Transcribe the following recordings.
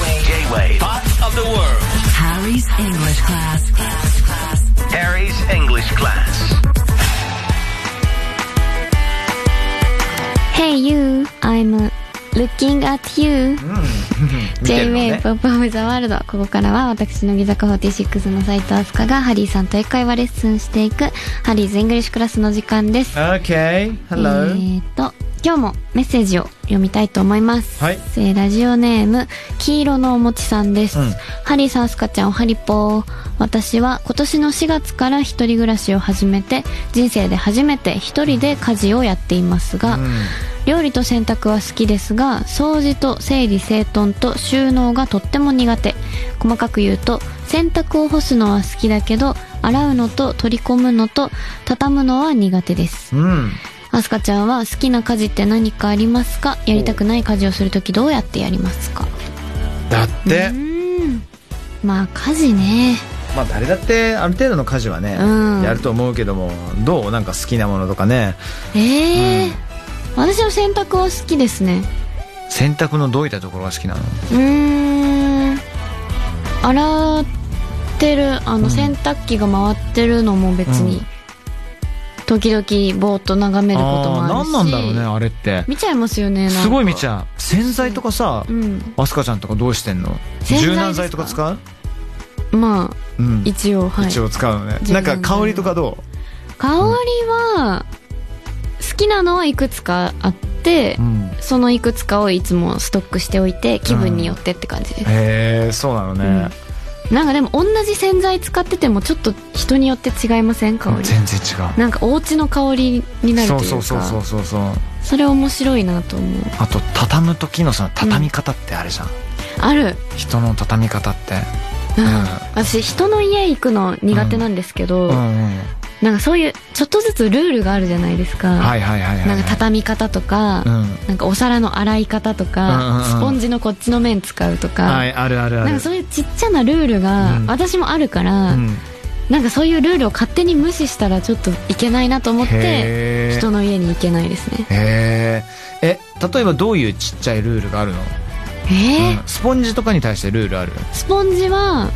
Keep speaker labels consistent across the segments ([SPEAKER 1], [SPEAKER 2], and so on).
[SPEAKER 1] Adelaide, hot of the world.
[SPEAKER 2] Harry's English class. class, class.
[SPEAKER 1] Harry's English class.
[SPEAKER 3] Hey you, I'm looking at you.
[SPEAKER 1] 見てる
[SPEAKER 3] J-Way
[SPEAKER 1] のね
[SPEAKER 3] Pop of the World ここからは私乃木坂46の斉藤飛鳥がハリーさんと英会話レッスンしていくハリーズイングリッシュクラスの時間です
[SPEAKER 4] Okay.
[SPEAKER 3] え
[SPEAKER 4] Hello.
[SPEAKER 3] ーと今日もメッセージを読みたいと思います、
[SPEAKER 4] はい
[SPEAKER 3] えーラジオネーム黄色のおもちさんです、
[SPEAKER 4] うん
[SPEAKER 3] ハリーさんすかちゃんおはりぽー私は今年の4月から一人暮らしを始めて人生で初めて一人で家事をやっていますが、料理と洗濯は好きですが掃除と整理整頓と収納がとっても苦手細かく言うと洗濯を干すのは好きだけど洗うのと取り込むのと畳むのは苦手です
[SPEAKER 4] うん。
[SPEAKER 3] アスカちゃんは好きな家事って何かありますかやりたくない家事をするときどうやってやりますか
[SPEAKER 4] だっ
[SPEAKER 3] う
[SPEAKER 4] て、
[SPEAKER 3] ーんまあ家事ね
[SPEAKER 4] まあ誰だってある程度の家事はね、
[SPEAKER 3] うん
[SPEAKER 4] やると思うけども、どうなんか好きなものとかね。
[SPEAKER 3] ええ私は洗濯は好きですね
[SPEAKER 4] 洗濯のどういったところが好きなの
[SPEAKER 3] うーん洗ってるあの洗濯機が回ってるのも別に、
[SPEAKER 4] うん
[SPEAKER 3] 時々ぼーっと眺めることもある
[SPEAKER 4] あー何
[SPEAKER 3] し
[SPEAKER 4] なんだろうね、あれって。
[SPEAKER 3] 見ちゃいますよねなんか
[SPEAKER 4] すごい見ちゃう。洗剤とかさ、
[SPEAKER 3] うん
[SPEAKER 4] アスカちゃんとかどうしてんの
[SPEAKER 3] 洗剤ですか
[SPEAKER 4] 柔軟剤とか使う
[SPEAKER 3] まあ
[SPEAKER 4] うん。
[SPEAKER 3] 一応はい
[SPEAKER 4] 一応使うのね。
[SPEAKER 3] 柔
[SPEAKER 4] な
[SPEAKER 3] 軟
[SPEAKER 4] ん
[SPEAKER 3] 剤
[SPEAKER 4] か香りとかど
[SPEAKER 3] 香りは好きなのはいくつかあって
[SPEAKER 4] う、うん、
[SPEAKER 3] そのいくつかをいつもストックしておいて気分によってって感じです、
[SPEAKER 4] へえ、そうなのね。
[SPEAKER 3] なんかでも同じ洗剤使っててもちょっと人によって違いません香り
[SPEAKER 4] 全然違う。
[SPEAKER 3] なんかお家の香りになるというか
[SPEAKER 4] そうそうそうそうそう
[SPEAKER 3] それ面白いなと思う
[SPEAKER 4] あと畳む時のさ畳み方ってあれじゃん、
[SPEAKER 3] ある、
[SPEAKER 4] 人の畳み方って
[SPEAKER 3] うん
[SPEAKER 4] うん
[SPEAKER 3] 私人の家行くの苦手なんですけど、
[SPEAKER 4] うんうん
[SPEAKER 3] なんかそういうちょっとずつルールがあるじゃないですか、
[SPEAKER 4] はいはいはいはい
[SPEAKER 3] なんか畳み方とか、
[SPEAKER 4] うん
[SPEAKER 3] なんかお皿の洗い方と
[SPEAKER 4] うんうん
[SPEAKER 3] か
[SPEAKER 4] う、ん
[SPEAKER 3] スポンジのこっちの面使うとか、
[SPEAKER 4] はいあるあるあ
[SPEAKER 3] な
[SPEAKER 4] る
[SPEAKER 3] んかそういうちっちゃなルールが、
[SPEAKER 4] うん
[SPEAKER 3] 私もあるから、
[SPEAKER 4] うん
[SPEAKER 3] なんかそういうルールを勝手に無視したらちょっといけないなと思って
[SPEAKER 4] へー
[SPEAKER 3] 人の家に行けないですね
[SPEAKER 4] へーえ例えばどういうちっちゃいルールがあるの、
[SPEAKER 3] えー
[SPEAKER 4] うんスポンジとかに対してルールある
[SPEAKER 3] スポンジは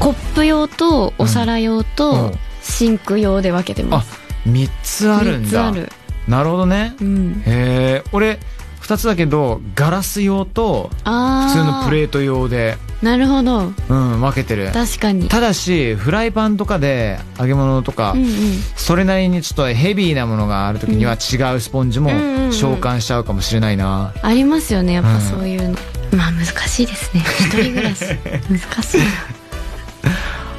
[SPEAKER 3] コップ用とお皿用
[SPEAKER 4] うんう
[SPEAKER 3] と
[SPEAKER 4] ん
[SPEAKER 3] シンク用で分けてま
[SPEAKER 4] あ
[SPEAKER 3] す、
[SPEAKER 4] 三3つあるんだ
[SPEAKER 3] 三つある
[SPEAKER 4] なるほどね、
[SPEAKER 3] うん
[SPEAKER 4] へえ俺2つだけどガラス用と
[SPEAKER 3] あ
[SPEAKER 4] 普通のプレ
[SPEAKER 3] ー
[SPEAKER 4] ート用で、
[SPEAKER 3] なるほど
[SPEAKER 4] うん、分けてる
[SPEAKER 3] 確かに
[SPEAKER 4] ただしフライパンとかで揚げ物とか、
[SPEAKER 3] うんうん
[SPEAKER 4] それなりにちょっとヘビーなものがある時には違うスポンジも
[SPEAKER 3] うんうんうんうん
[SPEAKER 4] 召喚しちゃうかもしれないな、
[SPEAKER 3] ありますよねやっ
[SPEAKER 4] う
[SPEAKER 3] ぱ
[SPEAKER 4] ん
[SPEAKER 3] そういうの、まあ難しいですね一人暮らし 難しいな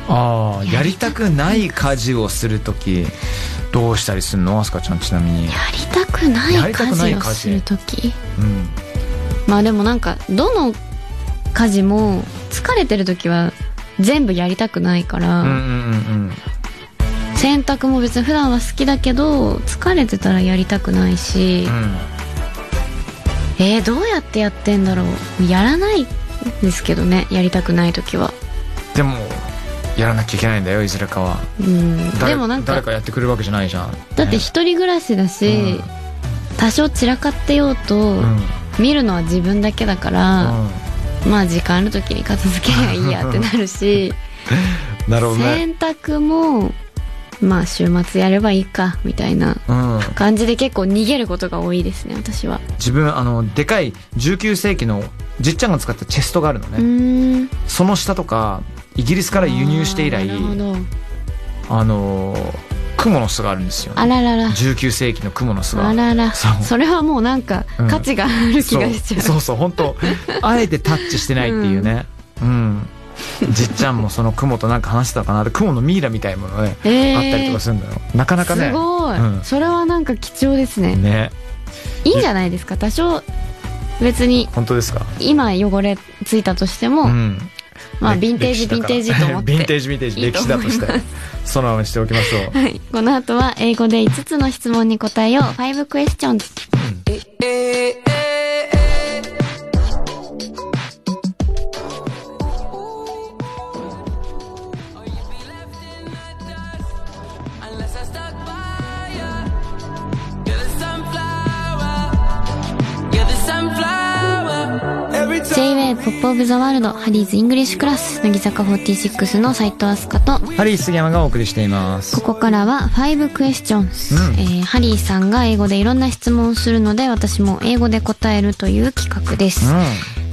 [SPEAKER 4] ああやりたくない家事をする時どうしたりするのあすかちゃんちなみに、
[SPEAKER 3] やりたくな
[SPEAKER 4] や
[SPEAKER 3] い
[SPEAKER 4] りたくない家
[SPEAKER 3] 家事を
[SPEAKER 4] 事
[SPEAKER 3] する時
[SPEAKER 4] うん、
[SPEAKER 3] まあでもなんかどの家事も疲れてる時は全部やりたくないから、
[SPEAKER 4] うんうんうん
[SPEAKER 3] 洗濯も別に普段は好きだけど疲れてたらやりたくないし、
[SPEAKER 4] うんうん
[SPEAKER 3] えー、どうやってやってんだろうやらないんですけどねやりたくない時は
[SPEAKER 4] でもやらなきゃいけないんだよいずれかは
[SPEAKER 3] うん
[SPEAKER 4] 誰
[SPEAKER 3] でもなん
[SPEAKER 4] 誰
[SPEAKER 3] か
[SPEAKER 4] かやってくれるわけじゃないじゃん
[SPEAKER 3] だって
[SPEAKER 4] ね
[SPEAKER 3] 一人暮らしだし、
[SPEAKER 4] うん
[SPEAKER 3] 多少散らかってようと、
[SPEAKER 4] うん
[SPEAKER 3] 見るのは自分だけだか
[SPEAKER 4] う
[SPEAKER 3] ら、
[SPEAKER 4] ん
[SPEAKER 3] まあ時間ある時に片付けりゃいいやってなる し
[SPEAKER 4] なるほどね
[SPEAKER 3] 洗濯もまあ週末やればいいかみたいな
[SPEAKER 4] うん、
[SPEAKER 3] 感じで結構逃げることが多いですね私は
[SPEAKER 4] 自分あのでかい19世紀のじっちゃんが使ったチェストがあるの
[SPEAKER 3] う
[SPEAKER 4] ね、
[SPEAKER 3] ーん
[SPEAKER 4] その下とかイギリスから輸入して以来
[SPEAKER 3] あーなるほど
[SPEAKER 4] あのー蜘蛛の巣があるんですよ、
[SPEAKER 3] あららら
[SPEAKER 4] 19世紀の蜘蛛の巣が
[SPEAKER 3] あらら
[SPEAKER 4] そ
[SPEAKER 3] そうれはもうなんか
[SPEAKER 4] うん
[SPEAKER 3] 価値がある気
[SPEAKER 4] そう
[SPEAKER 3] がしちゃう、
[SPEAKER 4] そうそう本当あえてタッチしてないっていうねうん、じっちゃんもその雲となんか話してたかなで雲のミイラみたいなものね、
[SPEAKER 3] えー
[SPEAKER 4] あったりとかするんだよなかなかね
[SPEAKER 3] すごい、
[SPEAKER 4] うん
[SPEAKER 3] それはなんか貴重ですね
[SPEAKER 4] ね
[SPEAKER 3] いいんじゃないですか多少別に
[SPEAKER 4] 本当ですか
[SPEAKER 3] 今汚れついたとしても、
[SPEAKER 4] うん
[SPEAKER 3] まあ
[SPEAKER 4] ね
[SPEAKER 3] ヴィンテージ
[SPEAKER 4] 歴史
[SPEAKER 3] ヴィ
[SPEAKER 4] だから
[SPEAKER 3] ンテージと思っ て
[SPEAKER 4] ヴィンテージヴィンテージ
[SPEAKER 3] いい
[SPEAKER 4] 歴
[SPEAKER 3] と
[SPEAKER 4] 史だ
[SPEAKER 3] 思いま
[SPEAKER 4] としてそのままにしておきましょう
[SPEAKER 3] はい、この後は英語で5つの質問に答えよう5クエスチョンズ
[SPEAKER 5] You're the sunflower. Every
[SPEAKER 3] J-WAY ポップオブザワールドハリーズイングリッシュクラス乃木坂46の斉藤飛鳥と
[SPEAKER 4] ハリー杉山がお送りしています
[SPEAKER 3] ここからは5クエスチョンズ、
[SPEAKER 4] うん
[SPEAKER 3] えーハリーさんが英語でいろんな質問をするので私も英語で答えるという企画です、
[SPEAKER 4] う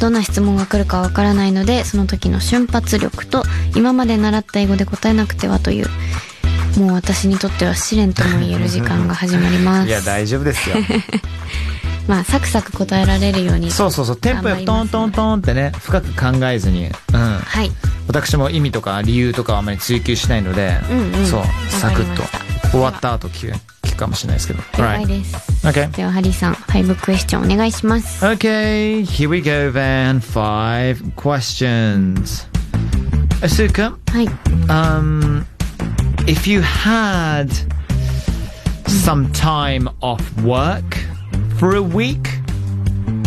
[SPEAKER 3] どんな質問が来るかわからないのでその時の瞬発力と今まで習った英語で答えなくてはというもう私にとっては試練とも言える時間が始まりま
[SPEAKER 4] んいや
[SPEAKER 3] す
[SPEAKER 4] 大丈夫です よ
[SPEAKER 3] まあサクサク答えられるように
[SPEAKER 4] そうそうそうテンポよく
[SPEAKER 3] 頑張
[SPEAKER 4] ト
[SPEAKER 3] りま
[SPEAKER 4] ン
[SPEAKER 3] す
[SPEAKER 4] トントンってね深く考えずに、うん、
[SPEAKER 3] はい
[SPEAKER 4] 私も意味とか理由とかはあまり追求しないので、
[SPEAKER 3] うんうん
[SPEAKER 4] そう
[SPEAKER 3] わかりました
[SPEAKER 4] サクッと終わった後聞く聞くかもしれないですけど
[SPEAKER 3] 了解です、
[SPEAKER 4] Okay.
[SPEAKER 3] ではハリーさん5クエスチョンお願いします
[SPEAKER 4] Okay, here we go then. Five questions. Asuka,
[SPEAKER 3] はい
[SPEAKER 4] um, if you had some time off work for a week,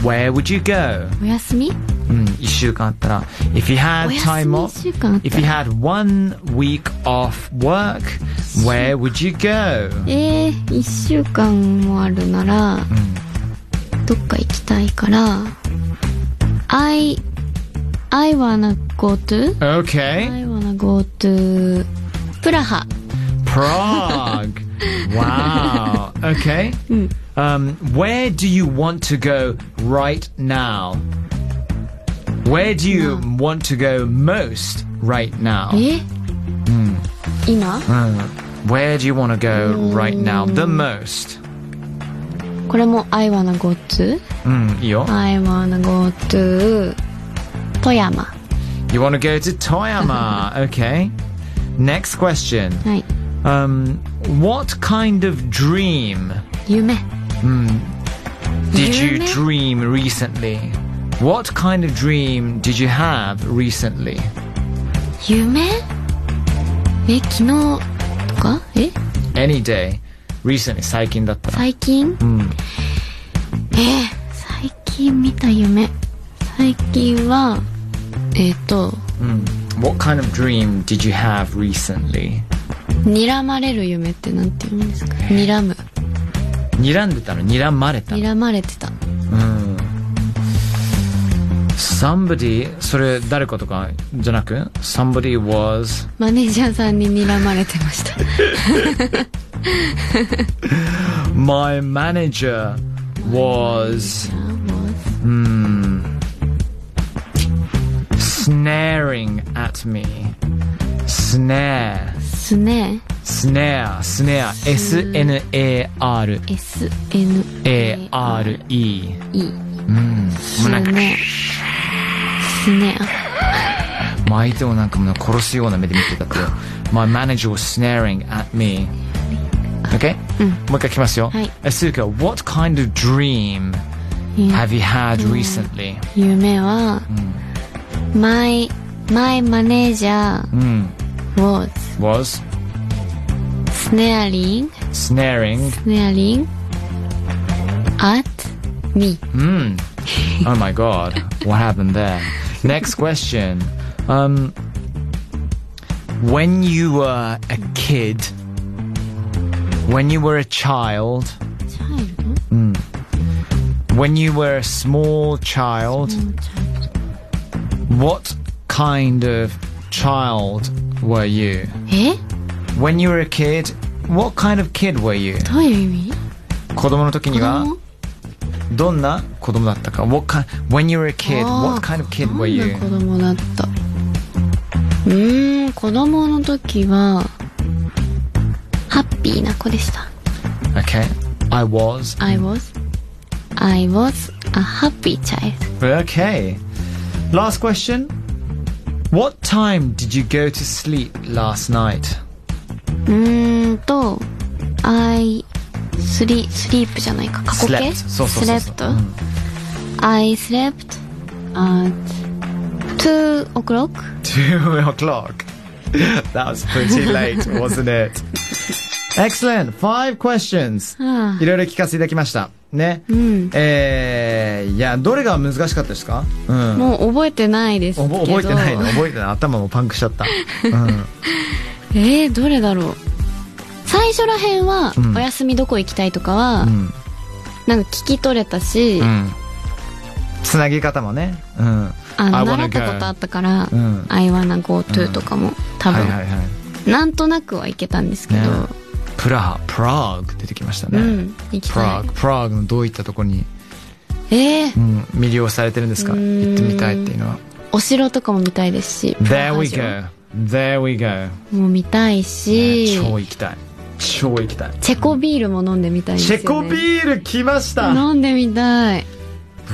[SPEAKER 4] where would you go?
[SPEAKER 3] お休み
[SPEAKER 4] うん、一週間あったら。If you
[SPEAKER 3] お
[SPEAKER 4] had
[SPEAKER 3] 休
[SPEAKER 4] time
[SPEAKER 3] み
[SPEAKER 4] off,
[SPEAKER 3] 1週間あっ
[SPEAKER 4] if
[SPEAKER 3] た
[SPEAKER 4] you
[SPEAKER 3] ら
[SPEAKER 4] had one week off work, where would you go?
[SPEAKER 3] えー、1週間もあるなら、どっか行きたいから I I wanna go to
[SPEAKER 4] Okay,
[SPEAKER 3] I wanna go to プラハ
[SPEAKER 4] Prague. wow. Okay. Um, where do you want to go right now? Where do you want to go most right now?
[SPEAKER 3] え、今
[SPEAKER 4] Where do you want to go right now the most?
[SPEAKER 3] これも I wanna go to
[SPEAKER 4] うん、いいよ。
[SPEAKER 3] I wanna go to 富山
[SPEAKER 4] You want to go to Toyama. okay. Next question.
[SPEAKER 3] はい
[SPEAKER 4] Um, what kind of dream
[SPEAKER 3] 夢
[SPEAKER 4] did you
[SPEAKER 3] Dream?
[SPEAKER 4] dream recently? What kind of dream did you have recently?
[SPEAKER 3] 夢え昨日とかえ
[SPEAKER 4] Any day. Recently, 最近だったら。
[SPEAKER 3] 最近、えー最近見た夢最近はえっ、と
[SPEAKER 4] Hmm. What kind of dream did you have recently?
[SPEAKER 3] 睨まれる夢ってなんて言うんですか睨む
[SPEAKER 4] 睨んでたの睨まれたの
[SPEAKER 3] 睨まれてた
[SPEAKER 4] Somebody, それ誰かとかじゃなく Somebody was...
[SPEAKER 3] マネージャーさんに睨まれて ました
[SPEAKER 4] My manager was
[SPEAKER 3] あもう
[SPEAKER 4] snaring at me. Snare.
[SPEAKER 3] すね
[SPEAKER 4] Snare. Snare. S-N-A-R-A-R-E.
[SPEAKER 3] SNE
[SPEAKER 4] E. もう
[SPEAKER 3] す
[SPEAKER 4] なんか
[SPEAKER 3] ねすね
[SPEAKER 4] まあ相手をなんかもう殺すような目で見てたって My manager was snaring at me Okay? もう一回聞きますよ、
[SPEAKER 3] Hmm. はい
[SPEAKER 4] Asuka, what kind of dream
[SPEAKER 3] うん
[SPEAKER 4] have you had recently?
[SPEAKER 3] 夢は、my my manager
[SPEAKER 4] うん
[SPEAKER 3] was
[SPEAKER 4] Was
[SPEAKER 3] snaring
[SPEAKER 4] snaring
[SPEAKER 3] snaring at me
[SPEAKER 4] Mm. Oh my god. What happened there? Next question. Um, when you were a kid, when you were a child,
[SPEAKER 3] child
[SPEAKER 4] when you were a small child, what kind of child were you?
[SPEAKER 3] え
[SPEAKER 4] When you were a kid, what kind of kid were you?
[SPEAKER 3] どういう意味
[SPEAKER 4] 子供の時には
[SPEAKER 3] 子供
[SPEAKER 4] どんな子供だったか what kind, When you were a kid,
[SPEAKER 3] あー
[SPEAKER 4] what kind of kid were you?
[SPEAKER 3] どんな子供だったうーん子供の時はハッピーな子でした
[SPEAKER 4] Okay. I was.
[SPEAKER 3] I was I was a happy child
[SPEAKER 4] Okay. Last question. What time did you go to sleep last night?
[SPEAKER 3] うーんと I スリスリープじゃないか過去形
[SPEAKER 4] Slept そうそうそうそう
[SPEAKER 3] slept、I slept at 2 o'clock
[SPEAKER 4] Two o'clock. That was pretty late, wasn't it? Excellent. Five questions.
[SPEAKER 3] ああ
[SPEAKER 4] いろいろ聞かせていただきました。ね。えー、いや、どれが難しかったですかうん。
[SPEAKER 3] もう覚えてないですけど
[SPEAKER 4] 覚覚えてないの覚えてない。頭もパンクしち ゃった。
[SPEAKER 3] えー、どれだろう最初らへんは、
[SPEAKER 4] ん
[SPEAKER 3] お休みどこ行きたいとかは、
[SPEAKER 4] うん。
[SPEAKER 3] なんか聞き取れたし、
[SPEAKER 4] うん。つなぎ方もね。うん。
[SPEAKER 3] あの
[SPEAKER 4] I wanna
[SPEAKER 3] 習ったことあったから「
[SPEAKER 4] うん
[SPEAKER 3] I wanna go to」とかも多
[SPEAKER 4] は
[SPEAKER 3] 分、
[SPEAKER 4] いはいはい。
[SPEAKER 3] なんとなくはいけたんですけど、
[SPEAKER 4] ねプラハ、プラグ出てきましたね。
[SPEAKER 3] うん行き
[SPEAKER 4] プ
[SPEAKER 3] た
[SPEAKER 4] ラ
[SPEAKER 3] い
[SPEAKER 4] グ、プラグのどういったところに、
[SPEAKER 3] えー
[SPEAKER 4] うん、魅了されてるんですか
[SPEAKER 3] うー
[SPEAKER 4] 行
[SPEAKER 3] ん
[SPEAKER 4] ってみたいっていうのは。
[SPEAKER 3] お城とかも見たいですし
[SPEAKER 4] There we
[SPEAKER 3] プラ
[SPEAKER 4] go. There we go.
[SPEAKER 3] 城も見たい
[SPEAKER 4] ね
[SPEAKER 3] し、
[SPEAKER 4] 超行きたい。超行きたい。
[SPEAKER 3] チェコビールも飲んでみたいんです
[SPEAKER 4] チ
[SPEAKER 3] よ、ね、
[SPEAKER 4] ェコビール来ました
[SPEAKER 3] 飲んでみたい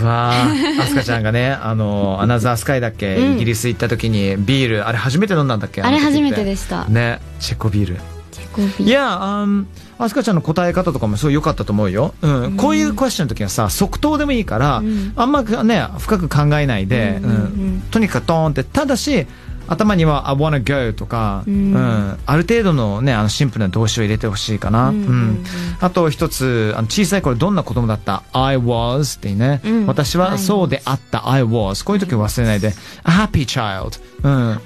[SPEAKER 4] わあ、アスカちゃんがね、あの、アナザースカイだっけ、
[SPEAKER 3] うん
[SPEAKER 4] イギリス行った時にビール、あれ初めて飲んだんだっけ
[SPEAKER 3] あれ初めてでした
[SPEAKER 4] ね、チェコビール。
[SPEAKER 3] チェコビー
[SPEAKER 4] い
[SPEAKER 3] ル
[SPEAKER 4] や、あん、アスカちゃんの答え方とかもすごい良かったと思うよ。うん、こういうクエスチョンの時はさ、即答でもいいから、
[SPEAKER 3] ん
[SPEAKER 4] あんまね、深く考えないで、
[SPEAKER 3] うんうんうん
[SPEAKER 4] とにかくドーンって、ただし、頭には I wanna go とか、
[SPEAKER 3] うん
[SPEAKER 4] うんある程度のね、あのシンプルな動詞を入れてほしいかな。
[SPEAKER 3] うんうんうん
[SPEAKER 4] うんあと一つ、あの小さい頃どんな子供だった ?I was っていうね、
[SPEAKER 3] うん
[SPEAKER 4] 私
[SPEAKER 3] I
[SPEAKER 4] は
[SPEAKER 3] was
[SPEAKER 4] そうであった I was。こういう時忘れないで、A happy child。うん。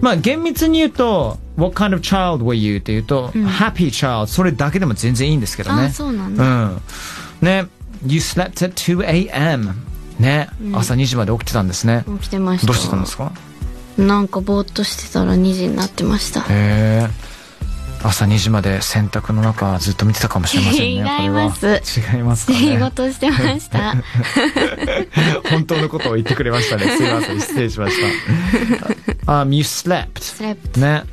[SPEAKER 4] まあ厳密に言うと、What kind of child were you? って言うと、Happy child。それだけでも全然いいんですけど
[SPEAKER 3] あ
[SPEAKER 4] ね。
[SPEAKER 3] あそうなん
[SPEAKER 4] う
[SPEAKER 3] だ、
[SPEAKER 4] ん。ね、You slept at 2am。ね、朝2時まで起きてたんですね。
[SPEAKER 3] 起きてました
[SPEAKER 4] どうしてたんですか
[SPEAKER 3] なんかぼーっとしてたら2時になってました
[SPEAKER 4] へえ朝2時まで洗濯の中ずっと見てたかもしれませんねこれ
[SPEAKER 3] 違い
[SPEAKER 4] は
[SPEAKER 3] ます
[SPEAKER 4] 違いますか
[SPEAKER 3] 仕
[SPEAKER 4] ね
[SPEAKER 3] 事してました
[SPEAKER 4] 本当のことを言ってくれましたねすいません失礼しました um, You slept
[SPEAKER 3] スレップ
[SPEAKER 4] ね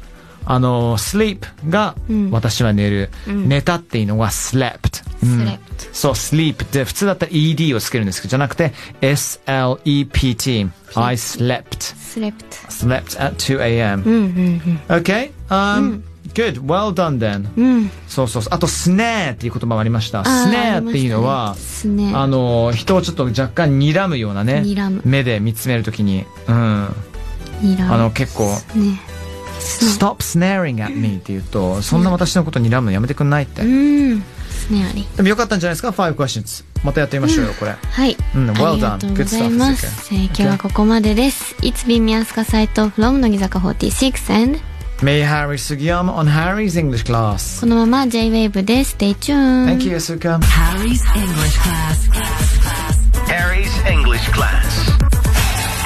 [SPEAKER 4] あの sleep が
[SPEAKER 3] ん
[SPEAKER 4] 私は寝る、寝たっていうのが slept う
[SPEAKER 3] slept
[SPEAKER 4] んそう、sleep って普通だったら ed をつけるんですけど、じゃなくて slept。I slept.
[SPEAKER 3] スレプト
[SPEAKER 4] Slept at 2am.
[SPEAKER 3] うんうん
[SPEAKER 4] Okay. Um, Good. Well done then.
[SPEAKER 3] うんうん
[SPEAKER 4] そうそうそう。あと、スネーっていう言葉もありました。
[SPEAKER 3] あ
[SPEAKER 4] ス
[SPEAKER 3] ー
[SPEAKER 4] ネーっていうのは、
[SPEAKER 3] スネ
[SPEAKER 4] あの、人をちょっと若干睨むようなね
[SPEAKER 3] 睨む、
[SPEAKER 4] 目で見つめるときに、うん。あ
[SPEAKER 3] ニラ
[SPEAKER 4] の、結構、
[SPEAKER 3] ね
[SPEAKER 4] stop snaring at me って言うと、そんな私のこと睨むのやめてくんないって
[SPEAKER 3] う。んスネアリ
[SPEAKER 4] でもよかったんじゃないですか ?5 questions. またやってみましょうよ、これ。
[SPEAKER 3] はい、
[SPEAKER 4] うん
[SPEAKER 3] あ
[SPEAKER 4] well
[SPEAKER 3] りが
[SPEAKER 4] done
[SPEAKER 3] とうございま
[SPEAKER 4] Good
[SPEAKER 3] す、
[SPEAKER 4] stuff, Suzuki.
[SPEAKER 3] えー今日はここまでです「It's been 宮塚斎藤 from 乃木坂46 and
[SPEAKER 4] May Harry Sugiyama on Harry's English class.
[SPEAKER 3] このまま JWAVE で Stay tuned
[SPEAKER 4] Thank you, Suka.
[SPEAKER 2] Harry's English class. class, class.
[SPEAKER 1] Harry's English class.